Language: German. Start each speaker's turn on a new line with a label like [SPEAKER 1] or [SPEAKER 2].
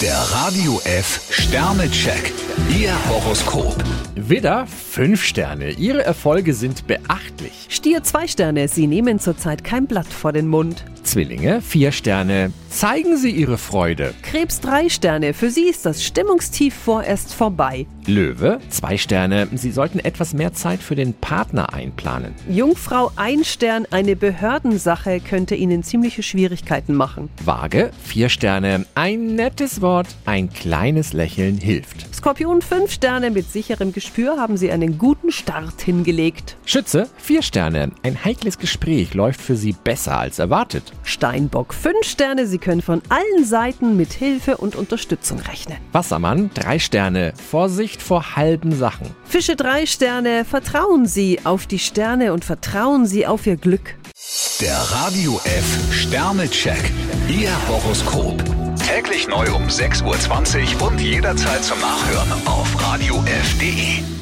[SPEAKER 1] Der Radio F Sternecheck. Ihr Horoskop.
[SPEAKER 2] Widder, 5 Sterne. Ihre Erfolge sind beachtlich.
[SPEAKER 3] Stier zwei Sterne, Sie nehmen zurzeit kein Blatt vor den Mund.
[SPEAKER 2] Zwillinge, 4 Sterne. Zeigen Sie Ihre Freude.
[SPEAKER 3] Krebs drei Sterne, für Sie ist das Stimmungstief vorerst vorbei.
[SPEAKER 2] Löwe, 2 Sterne. Sie sollten etwas mehr Zeit für den Partner einplanen.
[SPEAKER 3] Jungfrau ein Stern, eine Behördensache könnte Ihnen ziemliche Schwierigkeiten machen.
[SPEAKER 2] Waage, 4 Sterne. Ein nettes Wort, ein kleines Lächeln hilft.
[SPEAKER 3] Skorpion fünf Sterne, mit sicherem Gespür haben Sie einen guten Start hingelegt.
[SPEAKER 2] Schütze, 4 Sterne. Ein heikles Gespräch läuft für Sie besser als erwartet.
[SPEAKER 3] Steinbock fünf Sterne, Sie können von allen Seiten mit Hilfe und Unterstützung rechnen.
[SPEAKER 2] Wassermann, 3 Sterne. Vorsicht vor halben Sachen.
[SPEAKER 3] Fische drei Sterne, vertrauen Sie auf die Sterne und vertrauen Sie auf Ihr Glück.
[SPEAKER 1] Der Radio F Sternecheck. Ihr Horoskop. Täglich neu um 6.20 Uhr und jederzeit zum Nachhören auf Radio radiof.de.